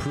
ク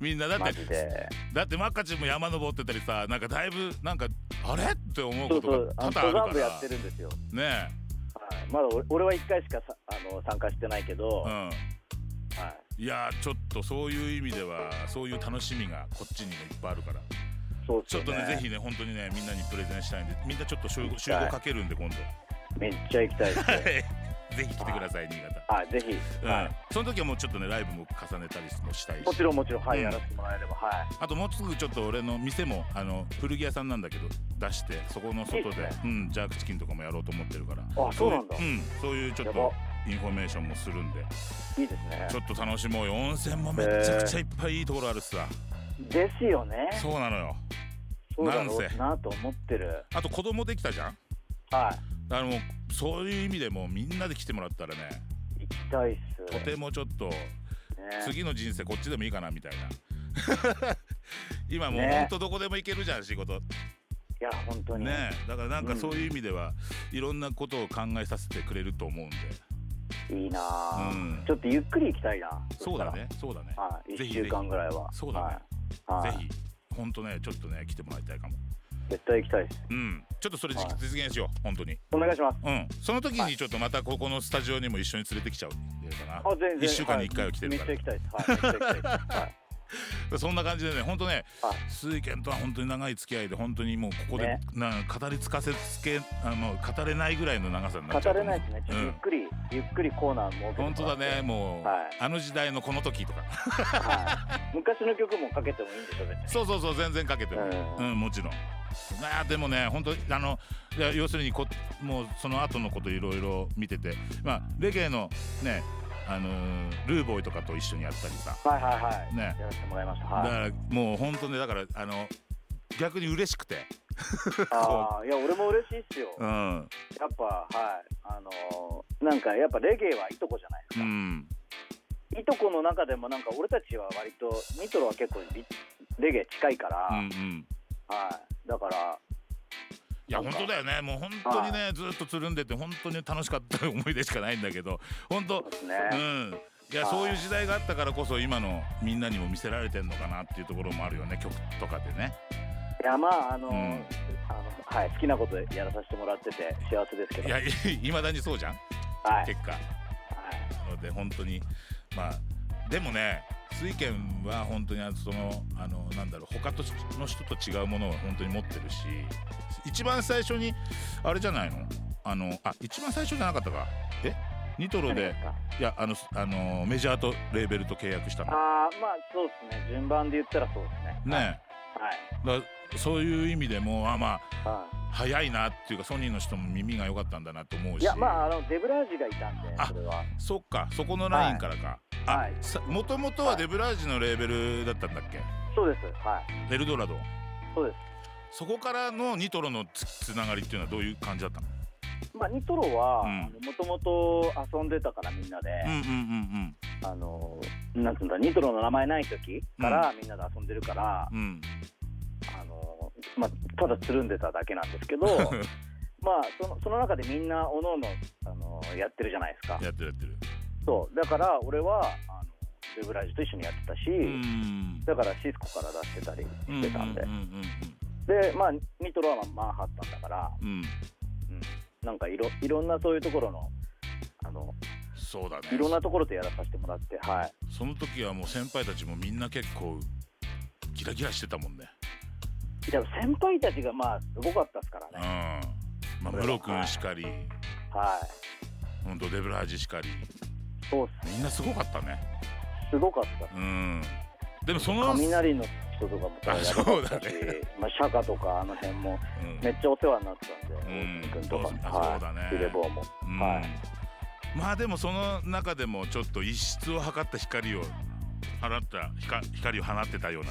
みんなだっマてジで。だってマッカチンも山登ってたりさなんかだいぶなんかあれって思うそこうそとう、があ多の々ある登山部かやらってるんですよ。ねはい、まだ俺俺は一回しかさあの参加してないけど、え、うはい、ん、いやーちょっとそういう意味ではそういう楽しみがこっちにもいっぱいあるからそうっすちょよっね。とねぜひね本当にねみんなにプレゼンしたいんでみんなちょっと集合集合かけるんで今度めっちゃ行きたいですね。ぜひ来てください新潟はい、ぜひ、うんはその時はもうちょっとねライブも重ねたりもしたいい、しもちろんもちろん、はい、うんやらせてもらえれば、はい。あともうすぐちょっと俺の店もあの古着屋さんなんだけど出してそこの外いいっすでねうんジャークチキンとかもやろうと思ってるからあそうなんいだうんそういうちょっやとインフォメーションもするんでいいですねち。ょっと楽しもうよ温泉もめちゃくちゃいっぱいいいところあるしさですよね。そうなのよそうだなんろせうなと思ってる。あと子供できたじゃんはあのそういう意味でもうみんなで来てもらったらねい、行きたいっす。とてもちょっとね、次の人生こっちでもいいかなみ たいな今もうねほんとどこでも行けるじゃん仕事いや、本当に。ねえだからなんかそういう意味では、いろんなことを考えさせてくれると思うんでいいなあ、うんちょっとゆっくり行きたいな。そうしだたら。ねそうだね、はい、ぜ一ひぜ週ひ間ぐらいは。そうだねはい。はいぜひほんとねちょっとね来てもらいたいかも絶対行きたいです。うんちょっとそれ実はい実現しよう本当にお願いします。うんその時はにいちょっとまたここのスタジオにも一緒に連れてきちゃうっていうかな、あ、全然。一週間に一回は来てるからめっちゃ行きたいです。はい、めっちゃ行きたいです。はい。そんな感じでねほんとねはい鈴木健とは本当に長い付き合いで本当にもうここで、ねな語り尽かせつけあの語れないぐらいの長さに なっちゃ語うとれ思うないですね。ちょうっとゆんっくり、ゆっくりコーナーも。本当だね。もう、はいあの時代のこの時とかはい。昔の曲もかけてもいいんでしょ別に。そうそうそう全然かけてるう、うんもちろんまあでもね本当あのいや要するにこもうその後のこといろいろ見ててまあレゲエのねあのールーボーイとかと一緒にやったりさはいはいはい。ねやらせてもらいました。だはかい。らもう本当ねだからあの逆に嬉しくてああ、いや、俺も嬉しいっすよ。うんやっぱ、はい。あのー、なんか、やっぱレゲエはいとこじゃないですうか。んいとこの中でも、なんか、俺たちは割と、ニトロは結構ビ、レゲエ近いから、うんうんはい。だから、いやなん本か当だよねもう本当にねずっとつるんでて本当に楽しかった思い出しかないんだけど本当そうですうね。んいやはいそういう時代があったからこそ今のみんなにも見せられてんのかなっていうところもあるよね曲とかでねいや、まあ、あのーうんあの、はい、好きなことやらさせてもらってて、幸せですけいど。や はい。いいまだにそうじゃんはい。結果なので本当にまあでもね水軒は本当にあのそのあのなんだろう他としの人と違うものを本当に持ってるし一番最初にあれじゃないのあのあ一番最初じゃなかったかえニトロ何でですかいやあのあのメジャーとレーベルと契約したのああ、まあ、そうですね。順番で言ったらそうですね。ねはい。だからそういう意味でもあまあはい。早いなっていうかソニーの人も耳が良かったんだなと思うしいやまああのデブラージがいたんであそれはそっかそこのラインからか、はあいさもともとはデブラージのレーベルだったんだっけ、そうですはいエルドラドそうでそこからのニトロのつつながりっていうのはどういう感じだったのすまあニトロはうんもともと遊んでたからみんなで、うんうんうんあのなんつうんだニトロの名前ない時からみんなで遊んでるから、うんうんあのまあただつるんでただけなんですけ どまあそのその中でみんなおのあのやってるじゃないですかやってるやってるそうだから俺はあのデブラージと一緒にやってたし、うんだからシスコから出してたりうんうんうしてんたんで、うでまあニトロはマンハッタンだからんうんなんかいろいろんなそういうところのあのそうだねいろんなところでやらさせてもらって、はい、その時はもう先輩たちもみんな結構ギラギラしてたもんねいや先輩たちがまあすごかったですからうんね、まあムロ君しかりはい、本当デブラージしかりそうっみんなすごかったねすすごかったっすうんでもその雷の人とかもあやばかそうっだたし、ねまあ、釈迦とかあの辺もうんめっちゃお世話になってたんで、うん大泉君とかそうもですねあそうだねはい、レボーも、うんはまあでもその中でもちょっと一室を測った光を放った光光を放ってたような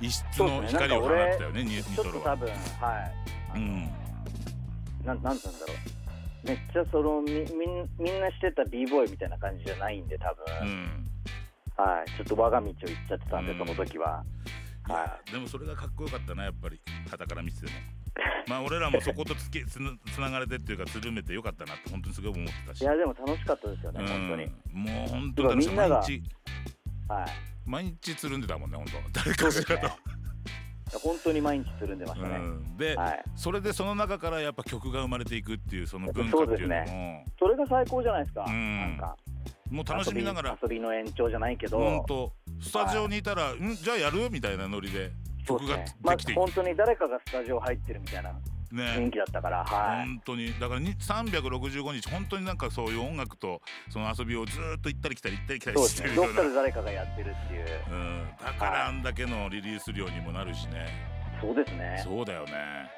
一室の光を放ったよねニニちょトっとロ多は。分、はい、あうのんなんなんつうんだろう、めっちゃそのみみんみんなしてた b ボーイみたいな感じじゃないんで、多う分、ん、はい、ちょっと我が道を行っちゃってたんで、うんその時は。いはいやでもそれがかっこよかったなやっぱり肌から見ててもまあ俺らもそことつけつなつながれてっていうかつるめてよかったなって本当にすごい思ってたしいやでも楽しかったですよね、うん本当に。もう本当に楽しいみんなが毎日はい。毎日つるんでたもんね本当誰そかうでしすねらと。。本当に毎日つるんでましうたね。ん、で、はい。それでその中からやっぱ曲が生まれていくっていうその文化っていうのそもうですそれが最高じゃないですか。うんなんかもう楽しみながら遊び遊びの延長じゃないけど。本当スタジオにいたら、んじゃあやるみたいなノリでそう曲でがですね。まあきていく、本当に誰かがスタジオ入ってるみたいなね元気だったから、はい。本当にだからに365日本当になんかそういう音楽とその遊びをずーっと行ったり来たり行ったり来たりそうでしすてるね。どようっなかで誰かがやってるっていう。うん、だからあんだけのリリース量にもなるしねそうですね。そうだよね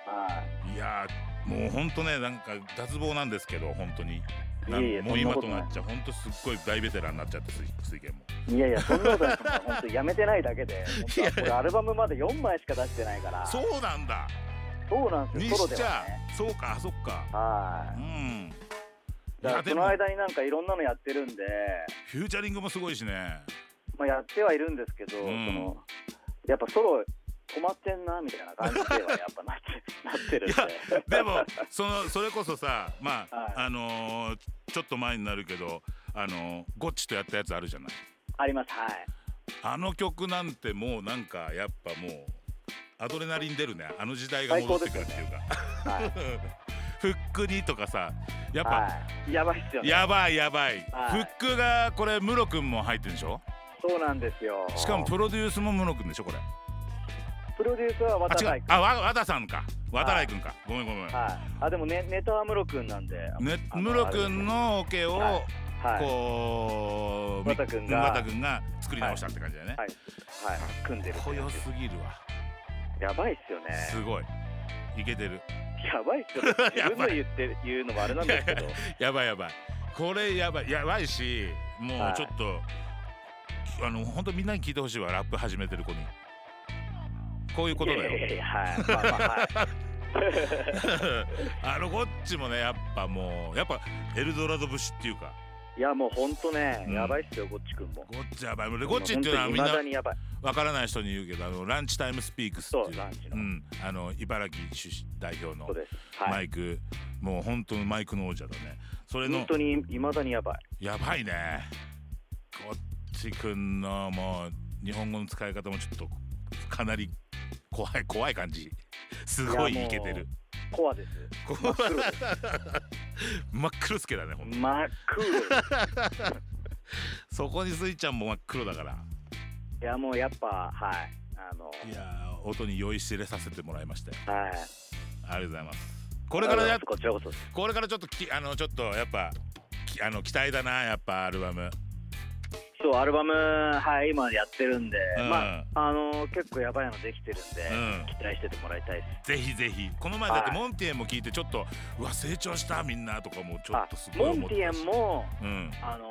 はい。やーもうほんとねなんか脱帽なんですけど本当にないいえいえ、もそうんな今こととななっちゃうほんとすっごい大ベテランになっちゃって水水源もい。いやいや、そんなことないです。本当やめてないだけで、本当これアルバムまで4枚しか出してないから。そうそうなんだなんでにすよ。ソロしでちゃはね。そうかあそっかはうい。んいだやからでそもの間になんかいろんなのやってるんで、フューチャリングもすごいしねまあやってはいるんですけど、うんそのやっぱソロ止まってんなみたいな感じではやっぱなって なってるんで。で もそのそれこそさまあ、はいあのーちょっと前になるけどあのーゴッチとやったやつあるじゃないあります。はい。あの曲なんてもうなんかやっぱもうアドレナリン出るねあの時代が最戻っ高てでくするっよてねいうか、 はフックにとかさやっい。ぱ、はい。やばいっすよ ね。やばいやばい、はフいックがこれムロ君も入ってるでしょそうなんですよ。しかもプロデュースもムロ君でしょこれプロデュースは渡あ違来う君。あわ和田さんか渡来君か、ごめんごめん、はい。あでもねネタはムロ君なんで。ねあのムロ君。のオケを、はいはい。こう和田君が和田君が作り直したって感じだよね、はい、はい、組んでるって濃やよつすぎるわやばいっすよねすごいいけてるやばいっ すよねや自分ばいの言って言うのもあれなんですけどやばいやばいこれやばいやばいしもはういちょっと、あの本当みんなに聞いてほしいわラップ始めてる子にこういうことだいやいよやいやはいまあまあはい あのこっちもねやっぱもうやっぱエルドラド節っていうかいやもうほんとね、うんやばいっすよゴッチ君もゴッチやばいでゴッチっていうのはみんな未だにやばいわからない人に言うけどあのランチタイムスピークスってそういうランチのん、あの茨城出身代表のそうですはマいイク、もう本当にマイクの王者だねそれ本の当に未だにやばいやばいねこっちくんのもう日本語の使い方もちょっとかなり怖い怖い感じすごいいやイもうケてるコアです怖い真っ黒すけだねほんと真っ黒ですそこにスイちゃんも真っ黒だからいやもうやっぱはいあのいやー音に酔いしれさせてもらいましたよはいありがとうございますここれからやこちらこそこれからちょっときあのちょっとやっぱきあの期待だなやっぱアルバムそうアルバムはい今やってるんで、うんまああの結構やばいのできてるんで、うん期待しててもらいたいですぜひぜひこの前だってはいモンティエンも聞いてちょっとうわ成長したみんなとかもちょあっとすごいモン思っテてィエたしンも、うんあのー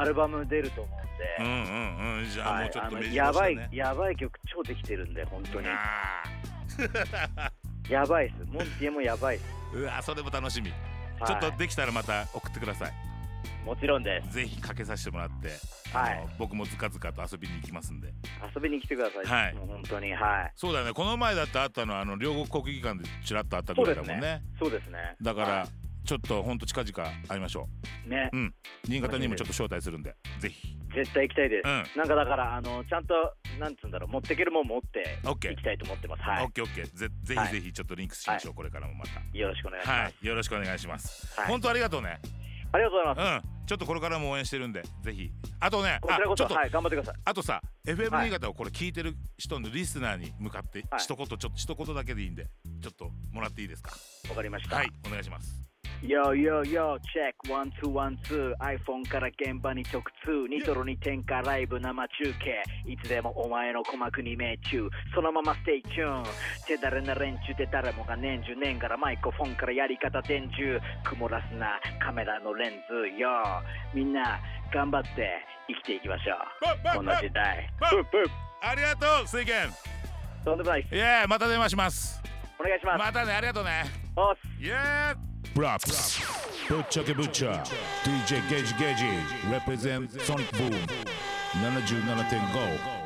アルバム出ると思ううんんで、うんうんじゃあはもういちょっと目あの白やば押しいだねやばい曲超できてるんで本当にあやばいっすモンティエンもやばいっす、ーうわそれも楽しみ、はい、ちょっとできたらまた送ってくださいもちろんですぜひかけさせてもらって、はいあの僕もずかずかと遊びに行きますんで遊びに来てくだはさい、いもう本当にはいそうだよねこの前だってあったのはあの両国国技館でちらっとあったぐらいだもんねそうですねだから、はちょっとほんと近々会いましょいねううん新潟にもちょっと招待するんでぜひ絶対行きたいです、うんなんかだからあのちゃんとなんつうんだろう持ってけるもん持ってオッケー行きたいと思ってますオはッケーオッケーぜぜはひいぜひちょっとリンクしましょう、これからもまたいよろしくお願いします、はいよろしくお願いします、はい本当ありがとうねありがとうございますうんちょっとこれからも応援してるんでぜひあとねこちらあこちょそっと、はい頑張ってくださいあとさ FM はい新潟をこれ聞いてる人のリスナーに向かってはい一言ちょっと一言だけでいいんでちょっともらっていいですかわかりました、はいお願いします Yo, yo, yo, check, one, two, one, two iPhone から現場に直通ニトロに点火ライブ生中継いつでもお前の鼓膜に命中そのままステイチューン手だれな連中で誰もが年中年からマイクロフォンからやり方伝授曇らすなカメラのレンズよみんな頑張って生きていきましょバッバッうこの時代バッブッブッありがとう水源とんでもないですイエーイまた電話しますお願いします、またねありがとうねおっすイエーイ Props. Butcher the Butcher. DJ Gage Gage. Represent Sonic Boom. 77.5